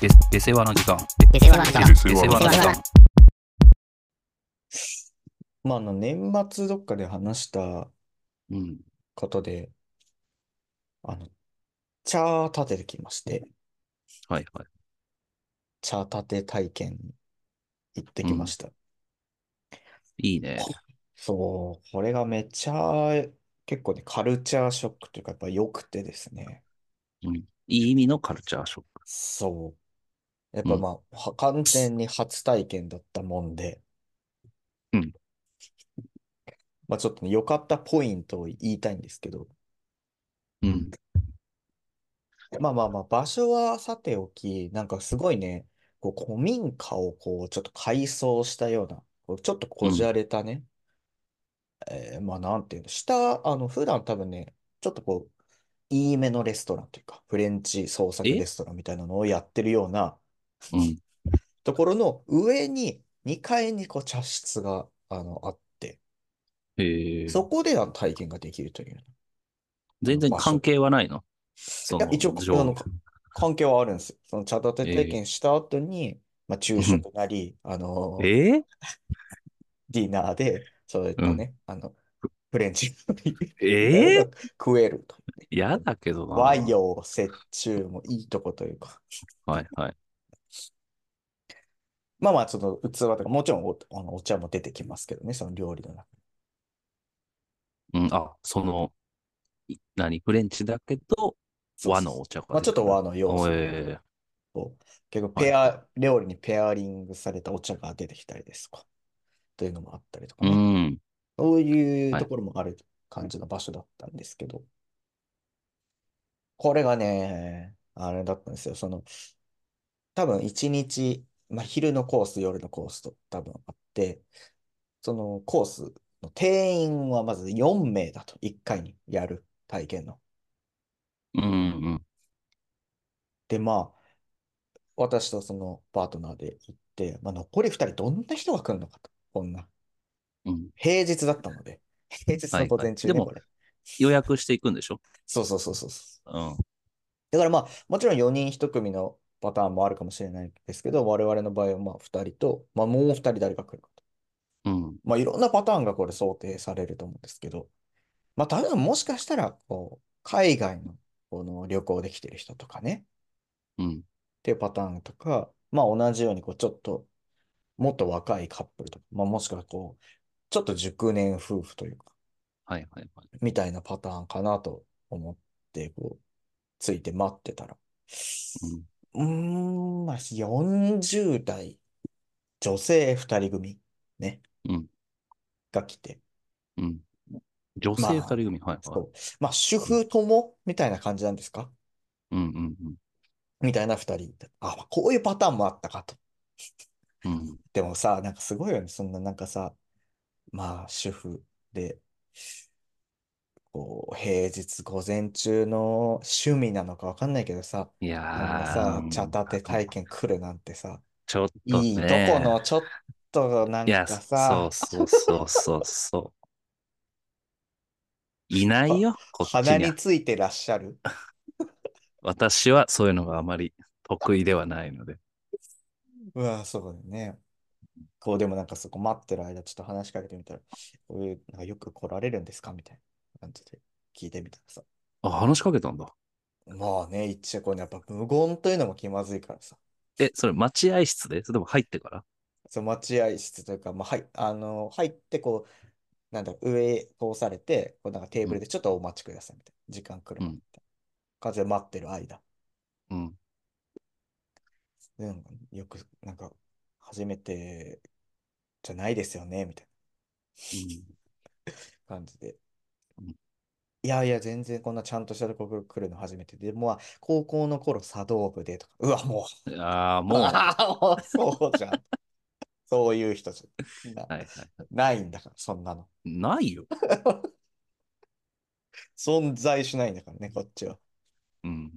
で、 で世話の時間。出世話の時で間。世出話世話のの時時間間。まあ、あの、年末どっかで話したうん。ことで、あの、チャー立ててきまして、はいはい。チャー立て体験に行ってきました。いいね。そう、これがめっちゃ結構ね、カルチャーショックというか、やっぱ良くてですね。いい意味のカルチャーショック。そう。やっぱうんまあ、は完全に初体験だったもんで、うんまあちょっとね、良かったポイントを言いたいんですけど、うん。まあまあまあ、場所はさておき、なんかすごいね、こう古民家をこうちょっと改装したような、こうちょっとこじゃれたね、えーまあなんていうの、下、あの、普段多分ね、ちょっとこう、いいめのレストランというか、フレンチ創作えレストランみたいなのをやってるようなうん。ところの上に、2階にこう茶室があのあって、へえ。そこであの体験ができるという。全然関係はないの。そいやの、一応、上 あの、関係はあるんですよ。そのチャーター体験した後に、まあ、昼食なり、あの、えーディナーで、そういったね、あの、フレンチ料理ええが食えるというね。嫌だけどな。和洋折衷もいいとこというか。はいはい。まあまあ、その器とか、もちろんおあのお茶も出てきますけどね、その料理の中うん、あ、その、い何フレンチだけど、そう和のお茶がまあ、ちょっと和のの要素えと、結構ペア、料理にペアリングされたお茶が出てきたりですとか、というのもあったりとかえね。うん。そういうはいところもある感じの場所だったんですけど、これがね、あれだったんですよ。その、多分一日、まあ、昼のコース、夜のコースと多分あって、そのコースの定員はまず4名だと、1回にやる体験の。うんうん。で、まあ、私とそのパートナーで行って、まあ、残り2人どんな人が来るのかと、こんな。うん、平日だったので、平日はいはのい午前中でね、もこれ。予約していくんでしょそうそうそうそうそう。うん。だからまあ、もちろん4人1組のパターンもあるかもしれないですけど、我々の場合はまあ2人と、まあもう2人誰か来るかうと。ん。まあいろんなパターンがこれ想定されると思うんですけど、まあ多分もしかしたら、こう、海外のこの旅行で来てる人とかね、うん。っていうパターンとか、まあ同じようにこうちょっと、もっと若いカップルとか、まあもしくはこう、ちょっと熟年夫婦というか、はいはいはい。みたいなパターンかなと思って、こう、ついて待ってたら、うーん、まあ、40代、女性2人組、ね、うんが来て、うん。うん。女性二人組、はいはい。そうまあ、主婦とも、みたいな感じなんですかうんうんみたいな2人だ。あ、こういうパターンもあったかと。うん。うん。でもさ、なんかすごいよね。そんな、なんかさ、まあ、主婦で、こう、平日午前中の趣味なのかわかんないけどさ、いなんかやさ、ー、チャタテ体験来るなんてさ、ちょっといいとねこのちょっとなんいや、かさそう、そうそうそうそう。いないよ、こっち 鼻にはに。ついてらっしゃる。私はそういうのがあまり得意ではないので。うわ、そうだよね。こう、でもなんかそこ待ってる間、ちょっと話しかけてみたら、こういう、なんかよく来られるんですかみたいな感じで聞いてみたらさ。あ、話しかけたんだ。まあね、一応こうね、やっぱ無言というのも気まずいからさ。え、それ待合室でそれとも入ってからその待合室というか、まあ、はい、あの、入ってこう、なんだろう、上通されて、こうなんかテーブルでちょっとお待ちくださいみたいな。時間来るまでみたいな感じで待ってる間。うん。でなんかよく、なんか、初めてじゃないですよねみたいな。感じでうん。いやいや、全然こんなちゃんとしたところ来るの初めてで、もう高校の頃茶道部でとか、うわ、もうん、ああ、う、もう。は あーもうそうじゃん。そういう人じゃんなはいい。ないんだから、そんなの。ないよ。存在しないんだからね、こっちは。うん。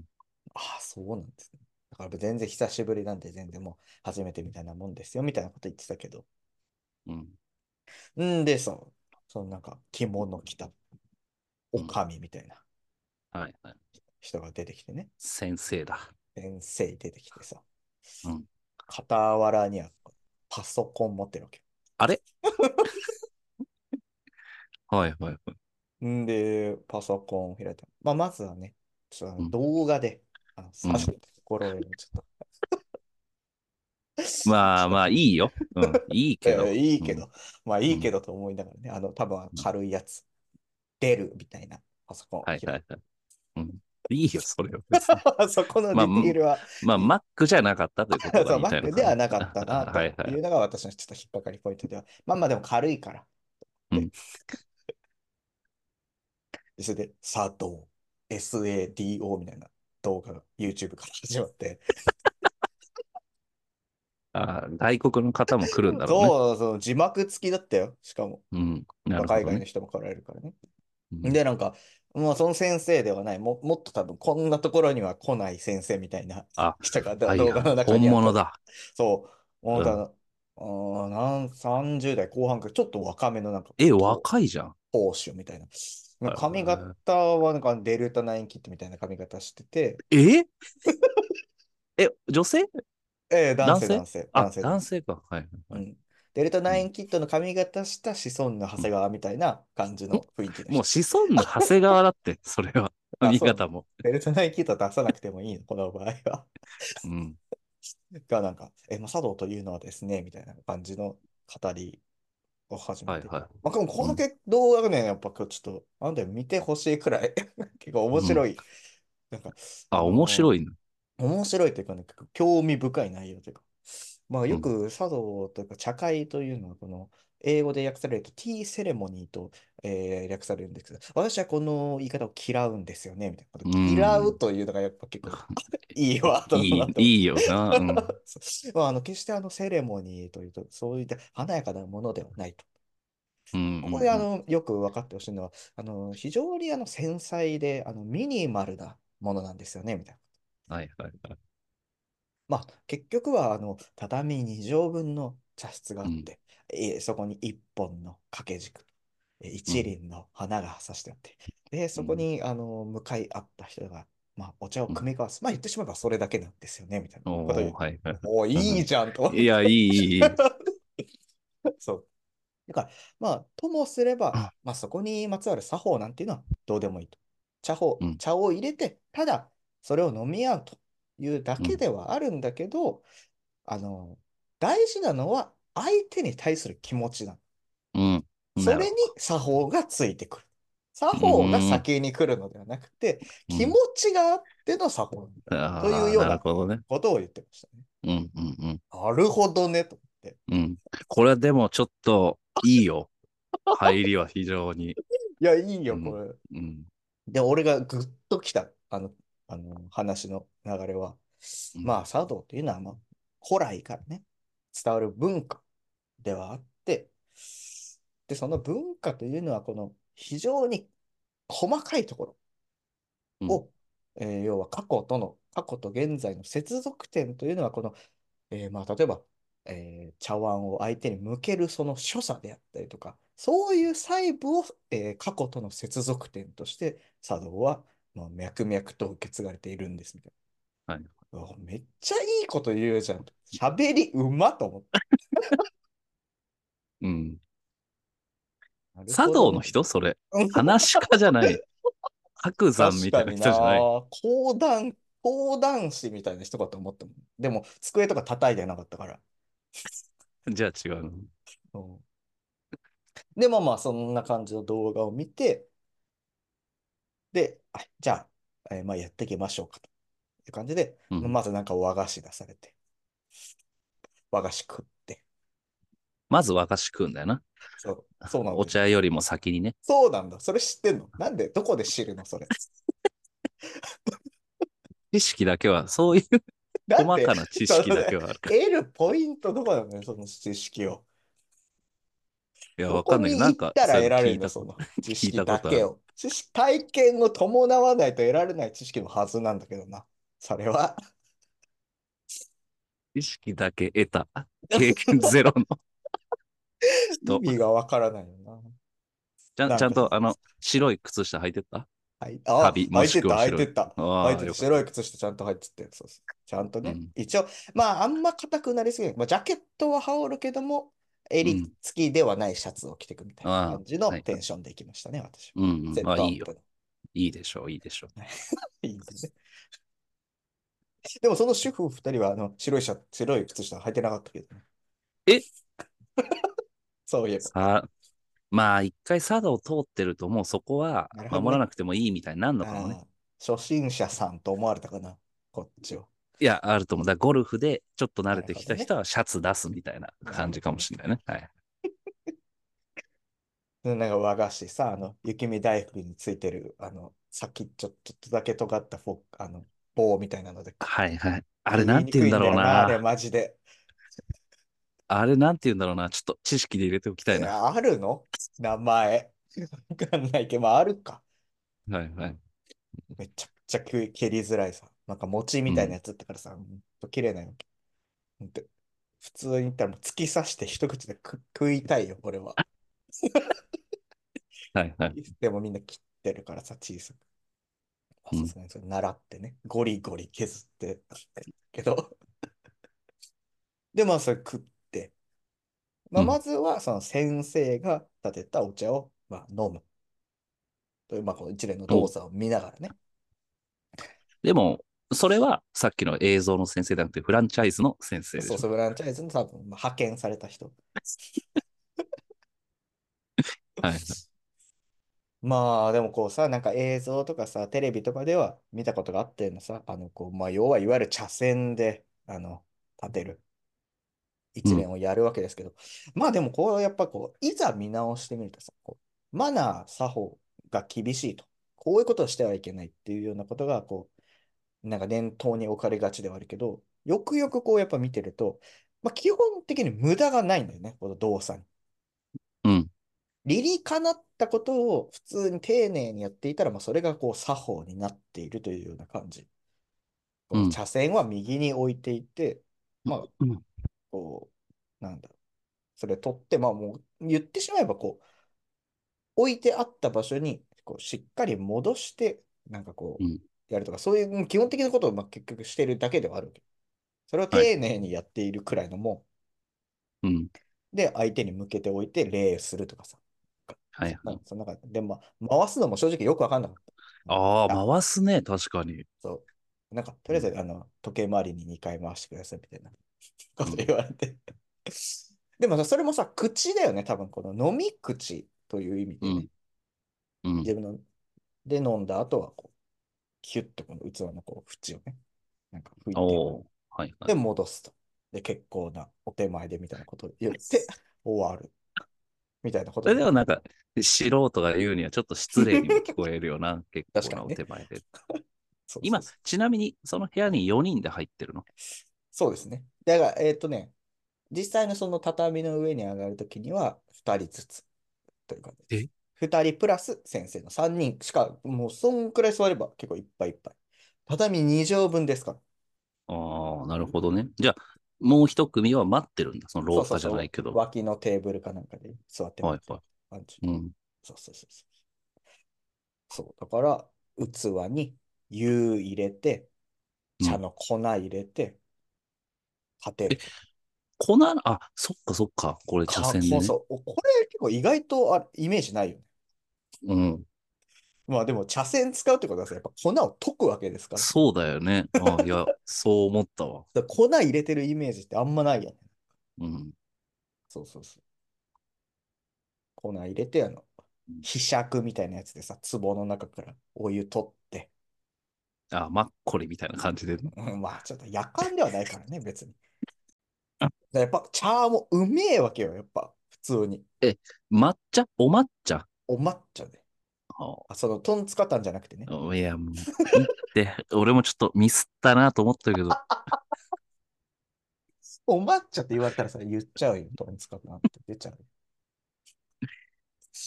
ああ、そうなんですね。だから全然久しぶりなんで、全然もう初めてみたいなもんですよ、みたいなこと言ってたけど。うん。んでさ、そのなんか着物着た、おかみみたいなはいはい。人が出てきてね、先生だ。先生出てきてさ。うん。傍らにはパソコン持ってるわけ。あれはいはいはい。んで、パソコンを開いて。まあ、まずはね、ちょっとあうのん。動画で、あの、う刺ん。さるところにちょっとまちあょっまあ、いいよ。うん。いいと、けえど。 いいうけん。ど、まあいういけん。どと思いながらね、あの、多分うん軽いやつ、出るみたいなパソコンをはい開はいいて。はい。うん。いいよ、それは別に。 そこのまあ、ディティーんルはまあ、いい。 Mac じゃなかったということが そう、言いたい Mac のでかはな。なかったなはいとはいい。うのが私のちょっと引っかかりポイントでは。まあまあでも軽いから。うで、ん。それ で、佐藤、SADO みたいな動画が YouTube から始まって。ああ、外国の方も来るんだろうね。そう、そう、字幕付きだったよ。しかも、うん。なまあ、るほど海外のね。人も来られるからね。うん。で、なんか、もうその先生ではない、も、もっと多分こんなところには来ない先生みたいなあ、人がだはい動は画い。の中本には物こだ。う、そう、もううだん。の、うーん、なん30代後半からちょっと若めのなんかえ、と若いじゃん。投手みたいな。へ髪型はなんかデルタ9キットみたいな髪型してて、え え、え女性ええ、男男性、性男性、あ、男性、男男性。性か。はいはいうはい。ん。デルタうん。 9キットの髪型した子孫の長う谷ん川みたいな感じんの雰囲気のもう人。子孫の長谷川だって、 それは。あ、髪そうなの。型も。デルタ9キット出さなくてもいいの、この場合は。うん。が、なんか、え、まあ、茶道というのはですね、みたいな感じの語りを始めはいて。はまあ、でもこい。うのん。け動画がね、やっぱ今日ちょっと、なんだよ、見てほしいくらい 結構面う白ん。い。なんか、ああ、面白のいな。ー面白いというかね、結構興味深い内容というか、まあ、うよん。く茶道というか、茶会というのは、この、英語で訳されると、ティーセレモニーと、えー略されるんですけど、私はこの言い方を嫌うんですよね、みたいなこと。う。嫌うんというのがやっ ぱ結構いいワードだい、ないと思って。いいよな。 うん。そうまあ、あの決してあのセレモニーというと、そういった華やかなものではないと。うんここであうんのよく分かってほしいのは、あの非常にあの繊細であのミニマルなものなんですよね、みたいうん。な。はいはいはい。まあ、結局はあの畳2畳分の茶室があうっん。て、えーそこに1本の掛け軸、えーう一ん。輪の花がさしてあって、で、うそこん。にあの向かい合った人が、まあ、お茶をうん酌み交わす。まあ、言ってしまえばそれだけなんですよね、みたいなことをお言ー、う。はいはいおお、はいいじゃんと思い。いっや、いて。い、いい、いい。 そう。だから、まあ、ともすれば、あまあ、そこにまつわる作法なんていうのはどうでもいいと。茶法、うん、茶を入れて、ただ、それを飲み合うというだうけん。ではあるんだけど、あの、大事なのは相手に対する気持ちなの。うんそなるれにほど。作法がついてくる。作う法がーん、先に来るのではなくて、う気持ん。ちがあっての作法なんだ。というああ、よなうるなほどね。ことを言ってましたね。うん、うん、うん、なるほどね、と思って。うん。これはでもちょっといいよ。入りは非常に。いや、いいうよ、こん、れ。うん、で、俺がぐっときた、あの、あの話の流れは、うまあ、ん、茶道というのは、まあ、古来からね、伝わる文化ではあって、で、その文化というのは、この非常に細かいとこうろん、を、えー要は過去との、過去と現在の接続点というのは、この、えーまあ、例えば、えー茶碗を相手に向けるその所作であったりとか、そういう細部を、えー過去との接続点として茶道は、まあ、脈々と受け継がれているんですみたいな。はい。うわめっちゃいいこと言うじゃん。喋りうまと思って。うん。なる茶ほ道どねのと。人それ。うん話し家じゃない。白山確みたかいなにな、人じゃない。講談、講談師みたいな人かと思ったもん。でも、机とか叩いてなかったから。じゃあ違うの。うんで、まあまあ、そんな感じの動画を見て、で、あじゃあ、えーまあ、やっていきましょうかという感じで、うまあん。まずなんか和菓子出されて、和菓子食って、まず和菓子食うんだよな。そう、そうなんおだよ。茶よりも先にね。そうなんだ。それ知ってんのなんで、どこで知るのそれ。知識だけは、そういうな ん細で、かな知そ識のだけね、 はあるから。得るポイントどこなのよ、その知識を。いや、どわこかんないけど、なんに行っかたらそういう得のられ聞るいの、たそこのと、知聞い識たこだとあける。を。知識、体験を伴わないと得られない知識のはずなんだけどな。それは。知識だけ得た、経験ゼロ の意人。味がわからないよちゃん、な。なちんゃんかさ、と、あの、白い靴下履いてったはい。あ、旅、も開いしてくた、は開い白てい。た。開いああ、てた。よかっ白いた。靴下ちゃんと入ってて。そうそう。ちゃんとうね。ん。一応、まあ、あんま硬くなりすぎない。まあ、ジャケットは羽織るけども、う襟ん。付きではないシャツを着てくみたいあな感じあ、のはい。テンションでいきましたね、私は。うん、うん。セッあ、トいアッいよ。プの。いいでしょう、いいでしょいいですね。でも、その主婦二人は、あの、白いシャツ、白い靴下履いてなかったけどね。う。え そういえば。さ、まあ、一回佐渡を通ってると、もうそこはなるほど守らね。なくてもいいみたいになるのかもね。ああ、初心者さんと思われたかな、こっちを。いや、あると思う。だからゴルフでちょっと慣なれるてほきどたね。人はシャツ出すみたいななる感ほじどかもね。しれないね。はい。でなんか和菓子さ、あの、雪見大福についてる、あの、先っちょ、ちょっとだけ尖ったフォーク、あの、棒みたいなので、くはいはい。あれ言ないんにて言くうんだいんだろうよな、あれ、な。マジで。あれなんて言うんだろうな。ちょっと知識で入れておきたいえ、な。あるの名前。 わかんないけど、まあ、あるか。はいはい。めちゃくちゃ切り切りづらいさ。なんか餅みう。たいなんやつだったからさ、ほんと綺麗なよ。ほんと普通に言ったらもう突き刺して一口でく食いたいよ、俺は。はいはい。でもみんな切ってるからさ、小さく。あ、うさん。すがにそれ習ってね、ゴリゴリ削ってけど。 で、まあ、それ食って。まうあ、まん。ずは、その先生が立てたお茶を、まあ、飲むという、まあ、この一連の動お、作を見ながらね。でも、それはさっきの映像の先生じゃなくて、フランチャイズの先生でそうしょ。そう、フランチャイズの多分、まあ、派遣され た人。はい。まあ、でもこうさ、なんか映像とかさ、テレビとかでは見たことがあってのさ、あの、こう、まあ、要はいわゆる茶筅で、あの、立てるう一ん。連をやるわけですけど、まあでも、こう、やっぱこう、いざ見直してみるとさ、こう、マナー、作法が厳しいと。こういうことをしてはいけないっていうようなことが、こう、なんか念頭に置かれがちではあるけど、よくよくこうやっぱ見てると、まあ、基本的に無駄がないんだよね、この動作に。うん。理にかなったことを普通に丁寧にやっていたら、まあ、それがこう作法になっているというような感じ。うこのん。茶筅は右に置いていて、まあ、うん。こう、なんだろう。それ取って、まあもう言ってしまえば、こう、置いてあった場所にこうしっかり戻して、なんかこうん。う、やるとか、そういううん基本的なことをまあ結局してるだけではあるわけ。それをはい。丁寧にやっているくらいのもうん。ん、で、相手に向けておいて礼するとかさ。はいそんは。ないの、そんな感じ。でも、まあ回すのも正直よくわかんなかった。うんああ、あ、回すね。確かに。そう。なんか、うとりあえん。ず、あの、時計回りに2回回してくださいみたいなこうとん。言われて。でもさ、それもさ、口だよね、多分、この飲み口という意味うでね。ん。うん。自分ので飲んだ後は、こう、キュッとこの器のこう、縁をね、なんか拭いて、おお。はいはで、い。戻すと。で、結構なお手前でみたいなことを言って、 終わる。みたいなことそれで。ではなんか、素人が言うにはちょっと失礼にも聞こえるよ な。結確構かなにおね。手前で。そうそう今、そう。ちなみに、その部屋に4人で入ってるのそうですね。だから、えっとね、実際のその畳の上に上がるときには2人ずつという感じでえす。2人プラス先生の3人しか、もうそんくらい座れば結構いっぱいいっぱい。畳2畳分ですから。ああ、なるほどね。じゃあ、もう一組は待ってるんだ。そのそ廊うそう下じゃないそけう。ど。脇のテーブルかなんかで座ってはい待ってはる感じ。い。うん。そうそうそうそう。そう。だから、器に湯入れて、う茶ん。の粉入れて、立てえ、ると。粉の、あ、そっかそっか。これ茶か、筅こでうね。そう。おこれ結構意外とあ、イメージないよね。うん。まあでも茶筅使うってことはさ、やっぱ粉を溶くわけですから。そうだよね。あ、いや、そう思ったわ。だから粉入れてるイメージってあんまないよね。うん。そうそうそう。粉入れて、あの、ひしゃくみたいなやつでさ、壺の中からお湯取って、あ、マッコリみたいな感じでね。うん、まあちょっとやかんではない からね、別に。だからやっぱ茶もうめえわけよ、やっぱ、普通に。え、抹茶お抹茶お抹茶で。ああ、その、トンツカタンじゃなくてね。いや、もう、いいって。俺もちょっとミスったなと思ったけど。お抹茶って言われたらさ、言っちゃうよ、トンツカタンって出ちゃうよ。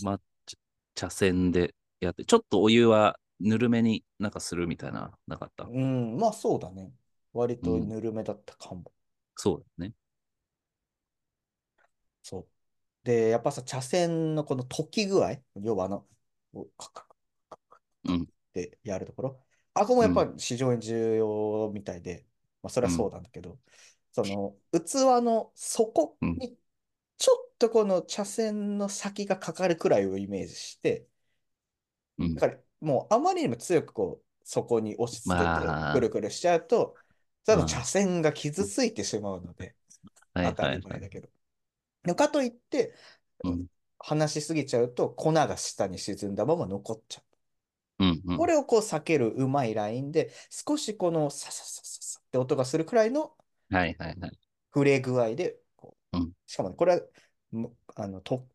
抹茶、茶筅でやって、ちょっとお湯はぬるめになんかするみたいな、なかったうん、まあそうだね。割うとん、ぬるめだったかも。そうだね。そう。で、やっぱさ、茶筅のこの溶き具合、要はあの、こうカクカクカクカクうカクん。ってやるところ。あここもうやっぱん、り非常に重要みたいで、まあ、それう、はそうんなんだけど、その器の底うん。にちょっとこの茶筅の先がかかるくらいをイメージして、うん。だからもうあまりにも強くこうそこに押し付けてくまるあ、くるしちゃうと、ただ茶まあ、筅が傷ついてしまうので、は当いたはりいは前い。だけど。でかといって、うん、話しすぎちゃうと粉が下に沈んだまま残っちゃう。うん、うこん。れをこう避けるうまいラインで、少しこのサササササって音がするくらいのはいはいはい。触れ具合でこうん。う、しかもね、これはむあのと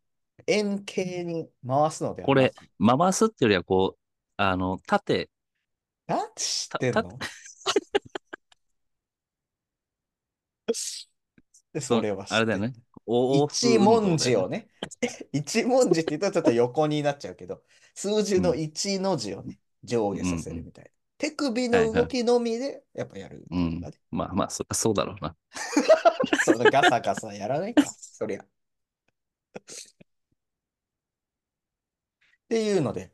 円形に回すのではこなれ、く、回すっていうよりは、こう、あの、縦、、何したてんた、の そで、その、れはあ知れっだよね。てんの。お、往復一運文動だよ字をね。ね、一文字って言うとちょっと横になっちゃうけど、数字うのん、一の字をね、上う下ん、さうせるん。みたいな。手首はいのは動い。きのみで、やっぱやるうんん。だね。まあまあ、そ、そうだろうな。そのガサガサやらないか、 そりゃ。っていうので、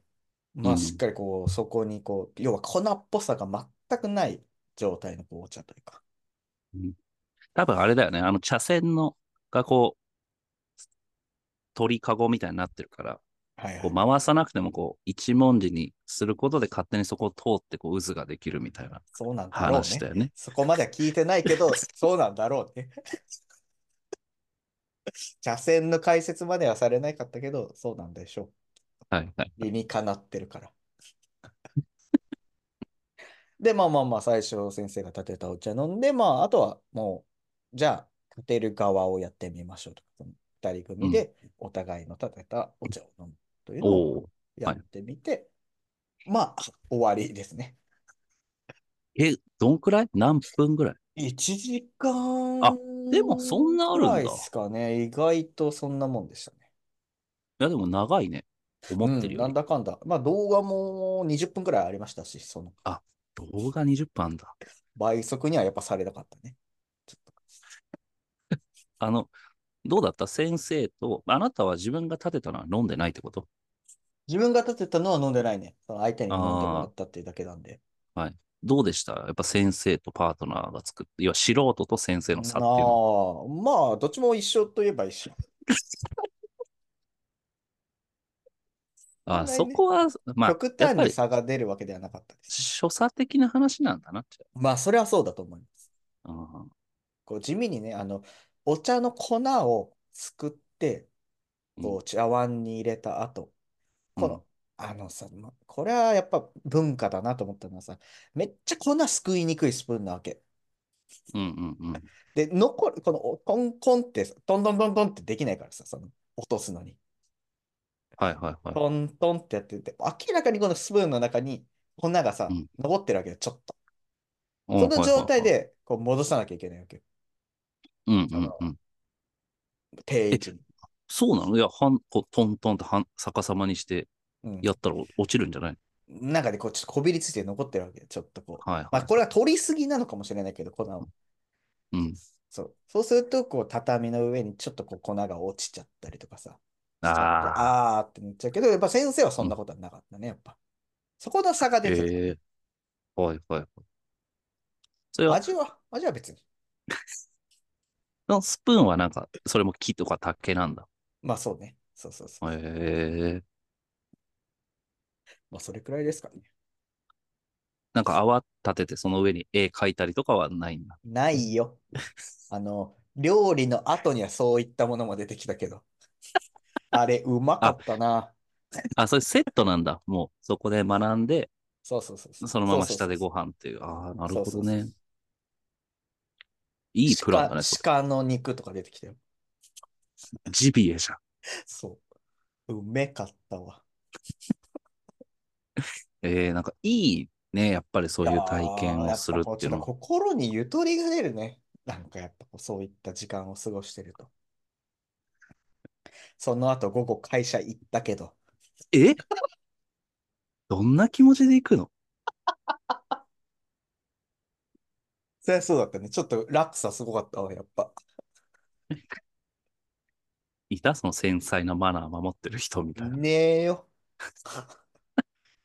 うまあしっん。かりこう、そこにこう、要は粉っぽさが全くない状態の紅茶というか。うん多分あれだよね。あの、茶筅の、がこう、鳥かごみたいになってるから、はいはこうい。回さなくてもこう一文字にすることで勝手にそこを通ってこう渦ができるみたいなそうなんだろう話だね。よね。そこまでは聞いてないけ ど、そうなんだろうね。茶筅の解説まではされなかったけど、そうなんでしょはいはい。う。理にかなってるから。 で、まあまあまあ、最初先生が立てたお茶飲んで、まあ、あとはもう、じゃあ、立てる側をやってみましょうと。この二人う組ん。で、お互いの立てたお茶を飲むというのをおお。やはっい。てみて、まあ、終わりですね。え、どんくらい何分ぐらい1時あ、でもそん間なあくるらんいだ。ですかね。意外とそんなもんでしたね。いやでも長いね。思うってるん、よなんり。だかんだ。まあ、動画も20分くらいありましたし、そのあ、動画20分あんだ。倍速にはやっぱされなかったね。ちょっとあの、どうだった先生と、あなたは自分が立てたのは飲んでないってこと自分が立てたのは飲んでないね。その相手に飲んでもらあったっていうだけなんで。あー、はい。どうでしたやっぱ先生とパートナーが作って、いや、素人と先生の差なっていうのは。あ、まあ、どっちも一緒といえば一緒。そんあ、なにそね、こは、まあ、極やっ端ぱにり、差が出るわけではなかったですね。所作的な話なんだな、じまあ、それはそうだと思います。ゃあ。こう地味にね、あの、お茶の粉をすくって、うこん、う茶碗に入れた後、うこん、の、あのさ、まこれはやっぱ文化だなと思ったのはさ、めっちゃ粉すくいにくいスプーンなわけ。うん、うん、うん。で、残る、このおコンコンってさ、トントントントンってできないからさ、その、落とすのに。はい、はい、はい。トントンってやってて、明らかにこのスプーンの中に粉がうさ、ん、残ってるわけよ、ちょっと。おそん、のはい、状はい、態はい。で、こう戻さなきゃいけないわけよ。うん、そうん、うの、ん。定位え、置に。そうなのいや、はん、こう、トントンとはん、逆さまにして、うん。やったら落ちるんじゃないなんかでこう、ちょっとこびりついて残ってるわけよ、ちょっとこう。はい、まあ、はい、これはは取りすぎなのかもしれないけど、粉を。い。うん。そう。そうすると、こう、畳の上にちょっとこう粉が落ちちゃったりとかさ、しちゃって、ああ、あーってなっちゃうけど、やっぱ先生はそうん。なんことはなかったね、やっぱ。そこの差が出てたかへえ、はい、はい。それら。は、味は、味は別に。のスプーンはなんか、それも木とか竹なんだ。まあそうね。そうそうそう。へえ、まあそれくらいですかね。なんか泡立てて、その上に絵描いたりとかはないんだ。な いよ。あの、料理の後にはそういったものも出てきたけど、あれ、うまかあ、ったな。あ、それセットなんだ。もう、そこで学んで、そうそうそうそう。そのまそうまそう下そうでそご飯っていう。ああ、なう。るそうほそどうそうね。そう。いいプランだ鹿、ね、それ。鹿の肉とか出てきたよ。ジビエじゃん。そう。うめかったわ。えー、なんかいいね。やっぱりそいういやう体験ー、をやっすぱるこっう、てちょいっうのとは。心にゆとりが出るね。なんかやっぱこう、そういった時間を過ごしてると。その後午後会社行ったけど、えどんな気持ちで行くのそりゃそうだったね。ちょっと落差すごかったわ、やっぱ。いたその繊細なマナー守ってる人みたいな。ねえよ。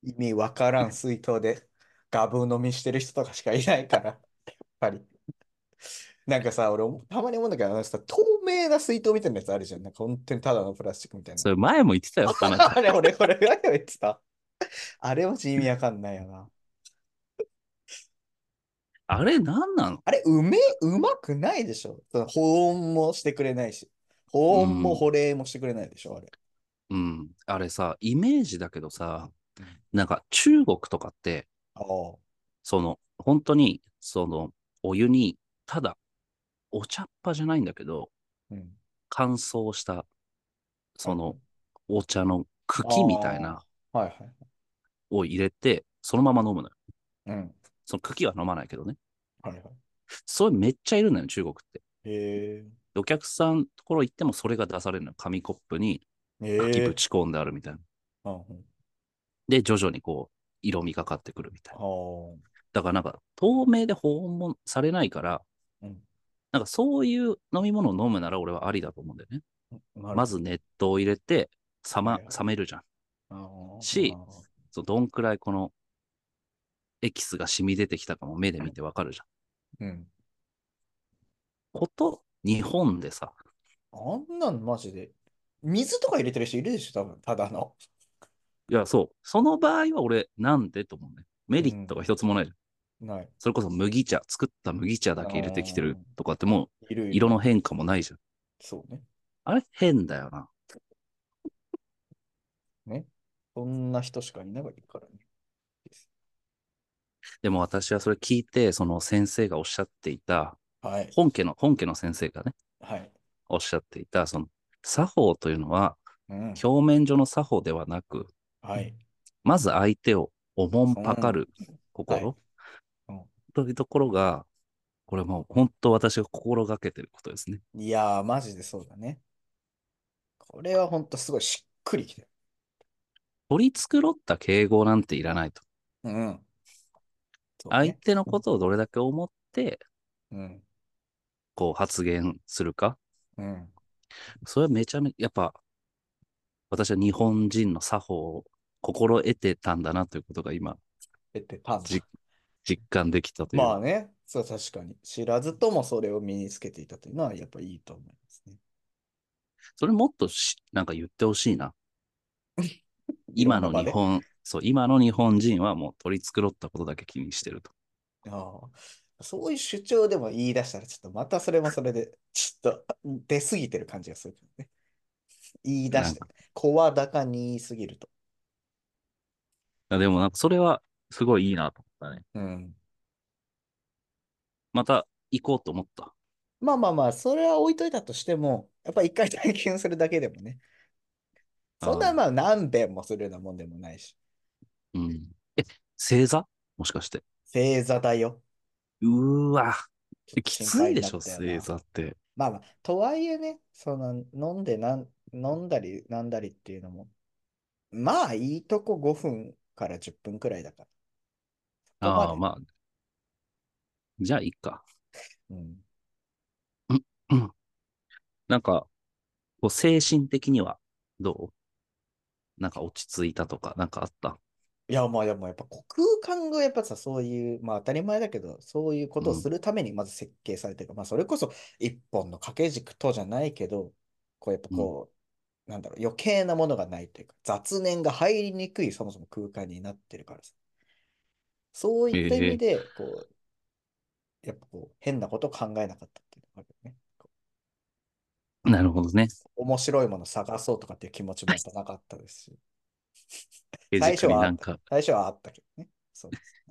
意味わからん水筒でガブ飲みしてる人とかしかいないから、やっぱり。なんかさ、俺、たまに思うんだけど、あのさ、透明な水筒みたいなやつあるじゃん。なんか本当にただのプラスチックみたいな。それ前も言ってたよ、田中。あれ、俺、これ、何を言ってた あれマジ意味わかんないよな。あれ何なのあれ、うめ、うまくないでしょその保温もしてくれないし。保温もうん保冷もしてくれないでしょ、あれ。うん。あれさ、イメージだけどさ、なんか中国とかって、ああ。その、本当に、その、お湯に、ただ、お茶っ葉じゃないんだけど、うん。乾燥した、そはの、お茶の茎みたいな、はいはい。を入れて、そのまま飲むのよ。うん。その茎は飲まないけどね。はいはい。それめっちゃいるんだよ、中国って。へでお客さんところ行ってもそれが出されるのよ。紙コップにえ。へ茎えぶ。ち込んであるみたいな。うんうんで、徐々にこう、色味がかってくるみたいあな。ーだからなんか、透明で保温もされないから、うんなんかそういう飲み物を飲むなら俺はありだと思うんだよね。なるまず熱湯を入れて、冷ま、はいはい冷めるじゃん。ほどしあーそうどんくらいこのエキスが染み出てきたかも目で見てわかるじゃん。うん。こと、日本でさ、あんなんマジで。水とか入れてる人いるでしょ、多分ただの。いや、そう。その場合は俺、なんでと思うね。メリットが一つもないじゃん。ない。それこそ麦茶、作った麦茶だけ入れてきてるとかってもいるういる。色の変化もないじゃん。そうね。あれ変だよな。そんな人しかいないからね。でも私はそれ聞いて、その先生がおっしゃっていた、はい。本家の、本家の先生がね、はい。おっしゃっていた、その作法というのはうん。表面上の作法ではなく、はい。まず相手をおもんぱかる心、はいうんというところが、これもう本当私が心がけてることですね。いやー、マジでそうだね。これはほんとすごいしっくりきてる。取り繕った敬語なんていらないと。うん。そう相ね。手のことをどれだけ思って、うん。こう発言するか。うん。それはめちゃめちゃ、やっぱ、私は日本人の作法を心得てたんだなということが今、えってたんだじ実感できたという。まあね。そう、確かに。知らずともそれを身につけていたというのは、やっぱいいと思いますね。それもっとし、なんか言ってほしいな。今の日いろんな本、そう、今の日本人はもう取り繕ったことだけ気にしてると。場で。ああ。そういう主張でも言い出したら、ちょっとまたそれもそれで、ちょっと出過ぎてる感じがするからね。言い出して、声高に言いすぎると。あでもなんかそれはすごいいいなと思ったね。うん。また行こうと思った。まあまあまあ、それは置いといたとしても、やっぱ一回体験するだけでもね。そんなあーまあ何遍もするようなもんでもないし。うん。え、正座もしかして。正座だよ。うーわ。ちょっとき心つ配いにでなしょ、ったよな正座って。まあまあ、とはいえね、その飲んでなん、飲んだり、なんだりっていうのも、まあいいとこ5分から10分くらいだから。そこまああ、まあ。でじゃあ、いいか。うん、なんか、こう精神的にはどうなんか落ち着いたとか、なんかあったいや、まあでもやっぱこう空間がやっぱさ、そういう、まあ当たり前だけど、そういうことをするためにまず設計されてる。まあそれこそ一本の掛け軸とじゃないけど、こうやっぱこう、なんだろう、余計なものがないというか、雑念が入りにくいそもそも空間になってるからさ。そういった意味で、こう、やっぱこう、変なことを考えなかったっていうのがあるよね。こなるほどね。う面白いものを探そうとかっていう気持ちもやっぱなかったですし、最エジ初君にはあなっんたか、最初はあったけどね。そうです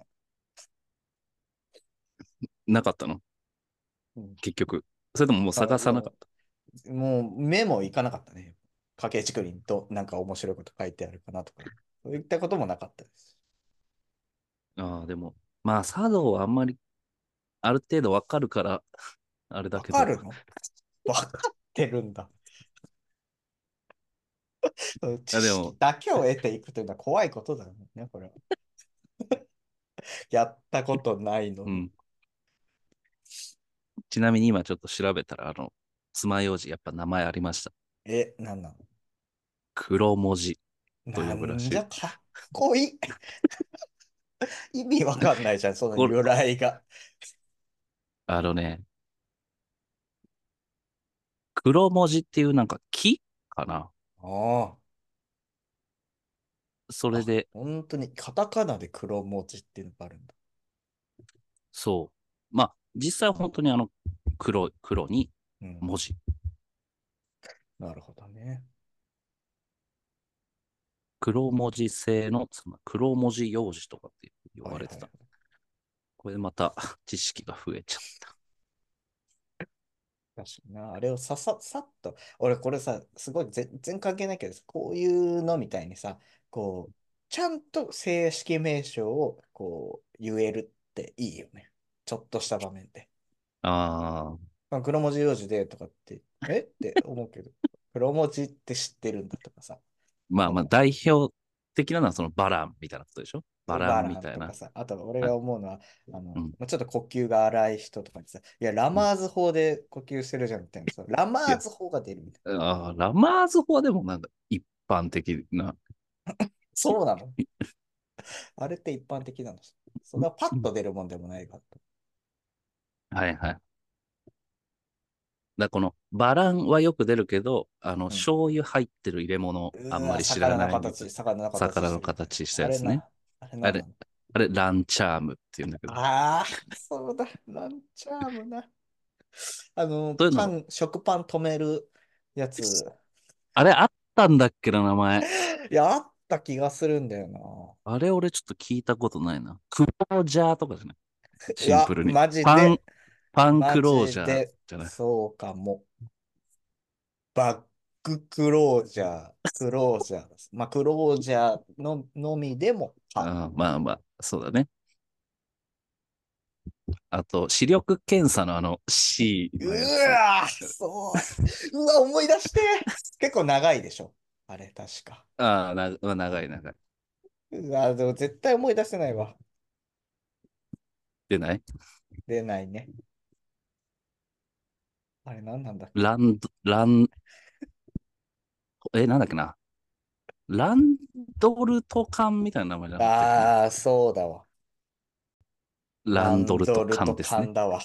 ね。なかったのうん結局。それとももう探さなかった。もう目もいかなかったね。家計竹林となんか面白いこと書いてあるかなとか、そういったこともなかったです。ああ、でも、まあ、茶道はあんまり、ある程度わかるから、 あれだわけど。かるのわかってるんだ。知でも識だけを得ていくというのは怖いことだよね、これは。 やったことないのうに。ん。ちなみに今ちょっと調べたら、あの、爪楊枝、やっぱ名前ありました。え、なんなの黒文字。どうな呼ぶらしんいじゃかっ濃い。 意味わかんないじゃん、そのこれ由来が。あのね、黒文字っていうなんか木かなあそあ。れあ、で、本当に、カタカナで黒文字っていうのがあるんだ。そう。まあ、実際は本当にあの、黒い、黒にうん。文字。なるほどね。黒文字製の、つまり黒文字用紙とかって呼はばいれはてい。た。これでまた 知識が増えちゃった。確かにな、あれをささ、さっと、俺これさ、すごい全然関係ないけどさ、こういうのみたいにさ、こう、ちゃんと正式名称をこう言えるっていいよね。ちょっとした場面で。ああ、まあ、黒文字用字でとかって、えって思うけど、 黒文字って知ってるんだとかさ、まあそまあ、の代表的なのはそのバランみたいなことでしょバラバンみランたいとかな。さ、あと俺あが思うのは、あうの、ん。まあ、ちょっと呼吸が荒い人とかにさ、いや、ラうんマーズ法で呼吸してるじゃんみたいなさ、ラいマーや、ズ法が出るみたいな。あーラマーズ法はでもなんか一般的な。そうなのあれって一般的なの。そんなパッと出るもんでもないかはいはい。だからこのバランはよく出るけど、あの、と。醤油入ってる入れ物うん。あうんまわ、り知ら魚のないみたい形、魚のな。魚形してのるやつね。形したあやつね。れな、あれあれ、何なのあれ、ランチャームって言うんだけど。ああー、そうだ、ランチャームな。あの、そういうパの、ン、食パン止める やつ。あれあったんだっけな、名前。いや、あった気がするんだよあれ、俺ちょっと聞いたことないな。クロージャーとかじゃない。な。いシンや、プルに。マジパン、で、パンマクロージジャーで、じゃない。そうかも。バッククロージャー、クロージャーです。まあ、クロージャーの、のみでもパン。あーまあまあ、そうだね。あと、視力検査のあの C うのやつ。わー、そう。うわ、思い出して。結構長いでしょ。あれ、確か。ああ、な、まあ長い長い。うわ、でも絶対思い出せないわ。出ない出ないね。あれ、何なんだっけ。ランド、ラン、え、なんだっけな。ランドルト缶みたいな名前じゃなかったっけな。ああ、そうだわ。ラランドンルドトル缶とですね。勘だ わ。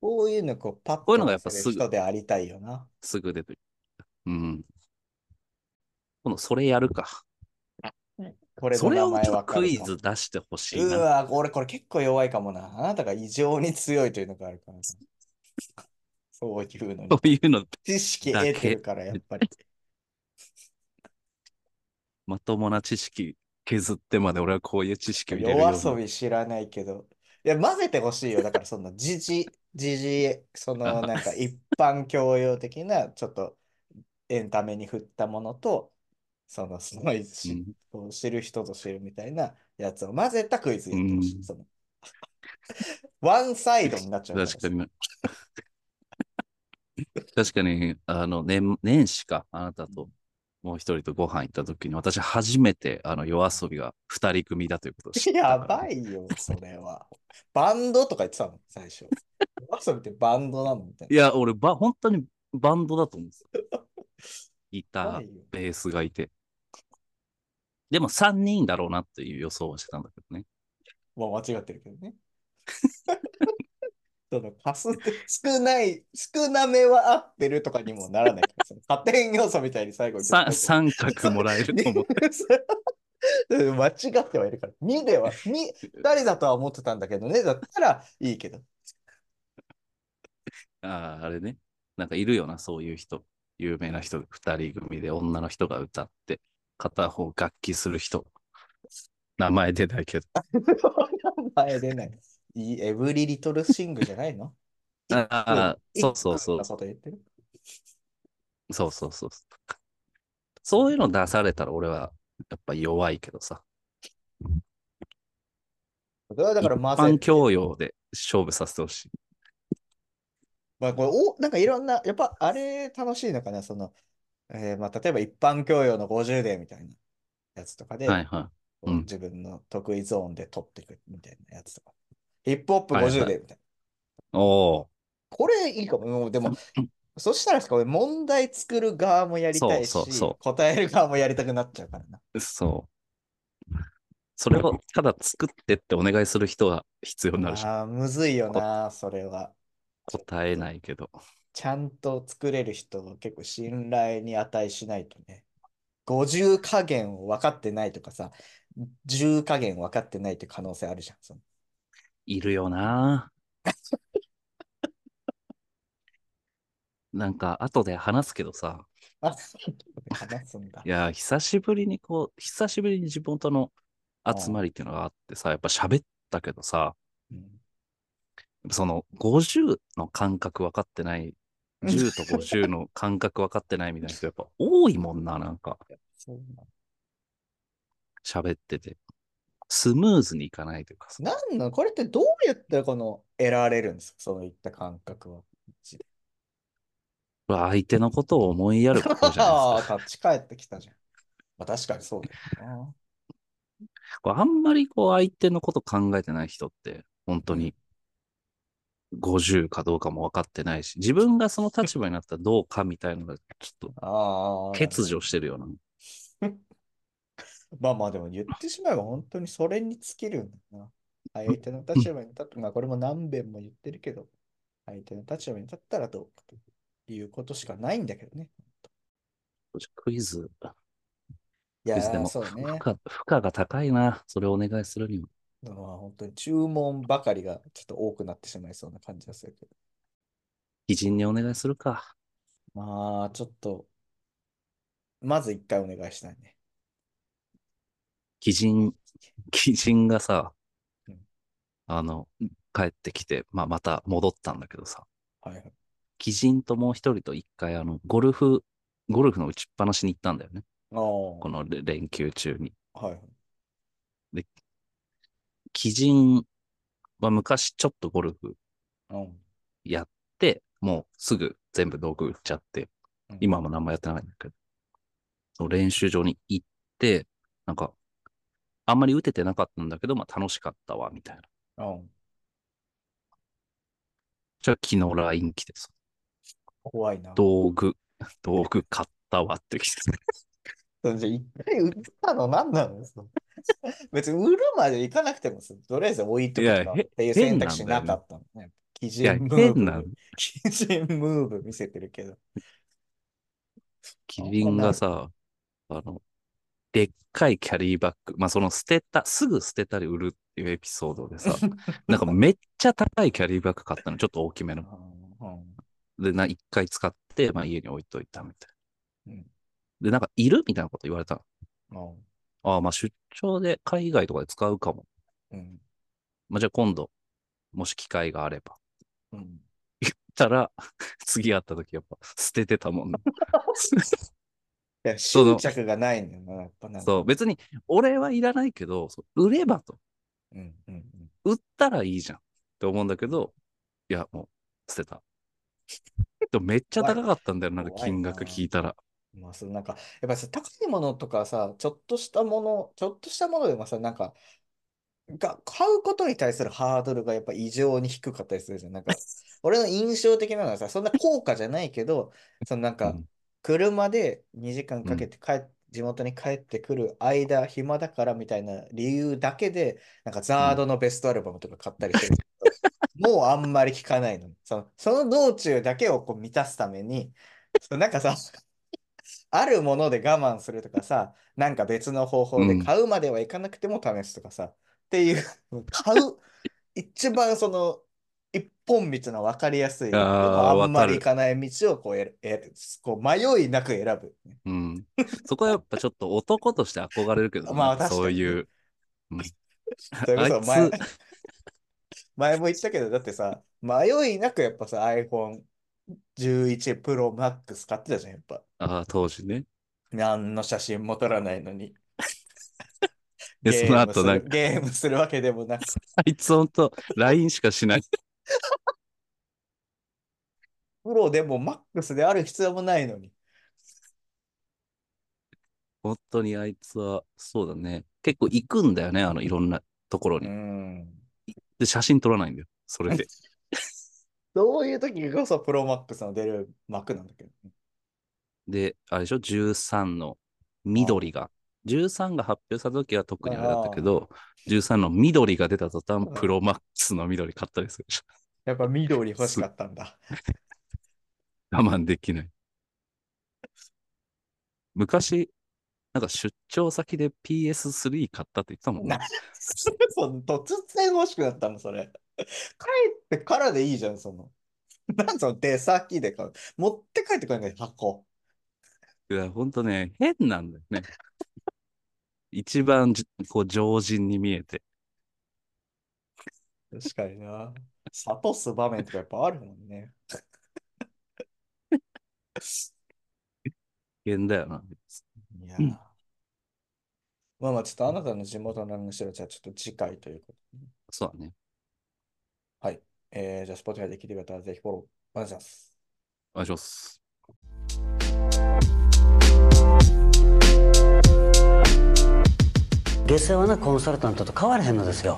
こういうのこうパッこういうのがと出やっぱせるすぐ、人でありたいよな。すぐ出てる。うん。今度それやるか。これそのれ名を前ちょっとわかクるイかズも。出してほうしいな。わ、俺これ結構弱いかもな。あなたが異常に強いというのがある からな。そういうのそに。ういうの知識だ得てるけ。から、やっ ぱり。まともな知識削ってまで俺はこういう知識を入れる夜よう遊な。び知らないけど。いや、混ぜてほしいよ。だから、 その、時事、時事、その、あなんか、一般教養的な、ちょっと、エンタメに振ったものと、その、すごいうし、ん。こう知る人ぞ知るみたいなやつを混ぜたクイズうやってほしい。ん。その、 ワンサイドになっちゃうから確かさ。にな。確かに、 あの、年、年始か、あなたうんと、もう一人とご飯行った時に、私初めて、あの、夜遊びが二人組だということを知った やからばね。いよ、それは。バンドとか言ってたの、最初。夜遊びってバンドなのみたいいや、俺、ば、本当にバンドだと思うんですよ。 な。ギやばター、いよ。ベースがいて。でも三人だろうなっていう予想はしてたんだけ どね。まあ、間違ってるけどね。 そのかすって少ない、少なめは合ってるとかにもならないからさ、加点要素みたいに最後絶三、三対来る。角もらえるにと思って。 間違ってはいるから。2では、2、誰だとは思ってたんだけどね、だったらいいけど。ああ、あれね。なんかいるよな、そういう人。有名な人、二人組で女の人が歌って、片方楽器する人。名前出ないけど。前出ない。いい、エブリリトルシングじゃないの一あ分、あ、そ一うそうそ分のこと言ってる。う。そうそうそう。そういうの出されたら俺はやっぱ弱いけどさ。それはだか一ら混ぜ般て、教養で勝負させてほしい。まあこれ、お、なんかいろんな、やっぱあれ楽しいのかな、その、えーまあ例えば一般教養の50でみたいなやつとかはで、いはい。う。こうん自分の得意ゾーンで取っていくみたいなやつとか。ヒップホップはい50はい。でみたいな。おお。これいいかも。もうでも、そしたらさ、俺問題作る側もやりたいし、そうそうそう答える側もやりたくなっちゃうからな。そう。それをただ作ってってお願いする人は必要になるし、ああ、むずいよな、それは。答えないけど。ちゃんと作れる人を結構信頼に値しないとね。50加減を分かってないとかさ、10加減分かってないって可能性あるじゃん。そのいるよな。なんか、後で話すけどさ、 あ、そう話すんだい。やー、久しぶりにこう、久しぶりに地元の集まりっていうのがあってさ、やっぱ喋ったけどさ、うんその50の感覚分かってない、10と50の感覚分かってないみたいな人やっぱ多いもんな、なんかそう喋ってて。スムーズにいかないというかさ、なんなんなのこれってどうやったらこの得られるんですかそういった感覚は。相手のことを思いやることじゃないあですか。あ、立ち返ってきたじゃん。まあ、確かにそうだよな。こうあんまりこう相手のこと考えてない人って、本当に50かどうかも分かってないし、自分がその立場になったらどうかみたいなのが、ちょっあとあ。欠如してるような。まあまあでも言ってしまえば本当にそれに尽きるんだな。相手の立場に立って、まあこれも何遍も言ってるけど、相手の立場に立ったらどうかということしかないんだけどね。クイズ、いクやイズでー、も、そう負ね。荷負荷が高いな。それをお願いするには。まあ本当に注文ばかりがちょっと多くなってしまいそうな感じがするけど。偉人にお願いするか。まあちょっと、まず一回お願いしたいね。偉人、偉人がさうん、あの、帰ってきて、まあ、また戻ったんだけどさ、はいはい。鬼人ともう一人と一回、あの、ゴルフ、ゴルフの打ちっぱなしに行ったんだよね。ああ、このれ連休中に。はいはい。鬼人は昔ちょっとゴルフうんやって、もうすぐ全部道具売っちゃって、うん今はもう何もやってないんだけど、その練習場に行って、なんか、あんまり打ててなかったんだけど、まあ楽しかったわ、みたいな。うんじゃあ昨日 LINE 来てさ、怖いな。道具、道具買ったわって来て、それじゃあ一回売ったの何なのその 別に売るまで行かなくてもさ、とりあえず置いとくいやとかへっていう選択肢なかったのね。基いや、準ムー変なブ、、基準ムーブ見せてるけど。キリンがさ、あの、でっかいキャリーバッグ、まあ、その捨てた、すぐ捨てたり売るっていうエピソードで さ、なんかめっちゃ高いキャリーバッグ買ったの、ちょっと大きめの。うんうんで、な、一回使って、まあ、家に置いといたみたいうんな。で、なんか、いるみたいなこと言われたの。うんああ、まあ、出張で海外とかで使うかも。うんまあ、じゃあ今度、もし機会があれば。うん言ったら、 次会った時やっぱ捨ててたもん な。いやその執着がないんだよな、やっぱなんか。そう、別に、俺はいらないけど、そう売ればと。うんうんうん売ったらいいじゃんって思うんだけど、いや、もう、捨てた。でもめっちゃ高かったんだよ、なんか金額聞いたら。まあ、そのなんか、やっぱさ、高いものとかさ、ちょっとしたもの、ちょっとしたものでもさ、なんか、が、買うことに対するハードルがやっぱ異常に低かったりするじゃん。なんか、俺の印象的なのはさ、そんな高価じゃないけど、そのなんうか、ん車で2時間かけて帰っ地元に帰ってくる間、暇だからみたいな理由だけで、なんかザードのベストアルバムとか買ったりしてるけど、もうあんまり聞かないの。その、その道中だけをこう満たすために、そのなんかさ、あるもので我慢するとかさ、なんか別の方法で買うまではいかなくても試すとかさ、っていう、買う、一番その、一本道の分かりやすい、でもあーあんまわかりる行かない道をこうええこう迷いなく選ぶ。うん。そこはやっぱちょっと男として憧れるけどね、まなあんかそういう。それこそ前あい 前も言ったけど、だってさ、迷いなくやっぱさ、iPhone11 Pro Max 買ってたじゃん、やっぱ。ああ、当時ね。何の写真も撮らないのに。でそゲーのム後するなんかゲームするわけでも なく。あいつほんと LINE しかしない。プロでもマックスである必要もないのに。本当にあいつは、そうだね。結構行くんだよね、あの、いろんなところうに。ん。で、写真撮らないんだよ。それで。そういう時こそプロマックスの出る幕なんだけどね。で、あれでしょ ?13 の緑が。13が発表した時は特にあれだったけど、13の緑が出た途端う、んプロマックスの緑買ったりするでしょ。 やっぱ緑欲しかったんだ。我慢できない。昔、なんか出張先で PS3 買ったって言ってたもんねな。 その突然欲しくなったの、それ。帰ってからでいいじゃん、その。なんその出先で買う。持って帰ってくるんだよ、箱。いや、ほんとね、変なんだよね。一番じこう常人に見えて。確かにな。諭す場面とかやっぱあるもんね。変だよな。いやー、うんまあまあ、ちょっとあなたの地元の話は、じゃあちょっと次回ということで。そうだね。はい。えー、じゃあ、Spotify で聞いてくれたら、ぜひフォローお願いします。お願いします。下世話なコンサルタントと変わらへんのですよ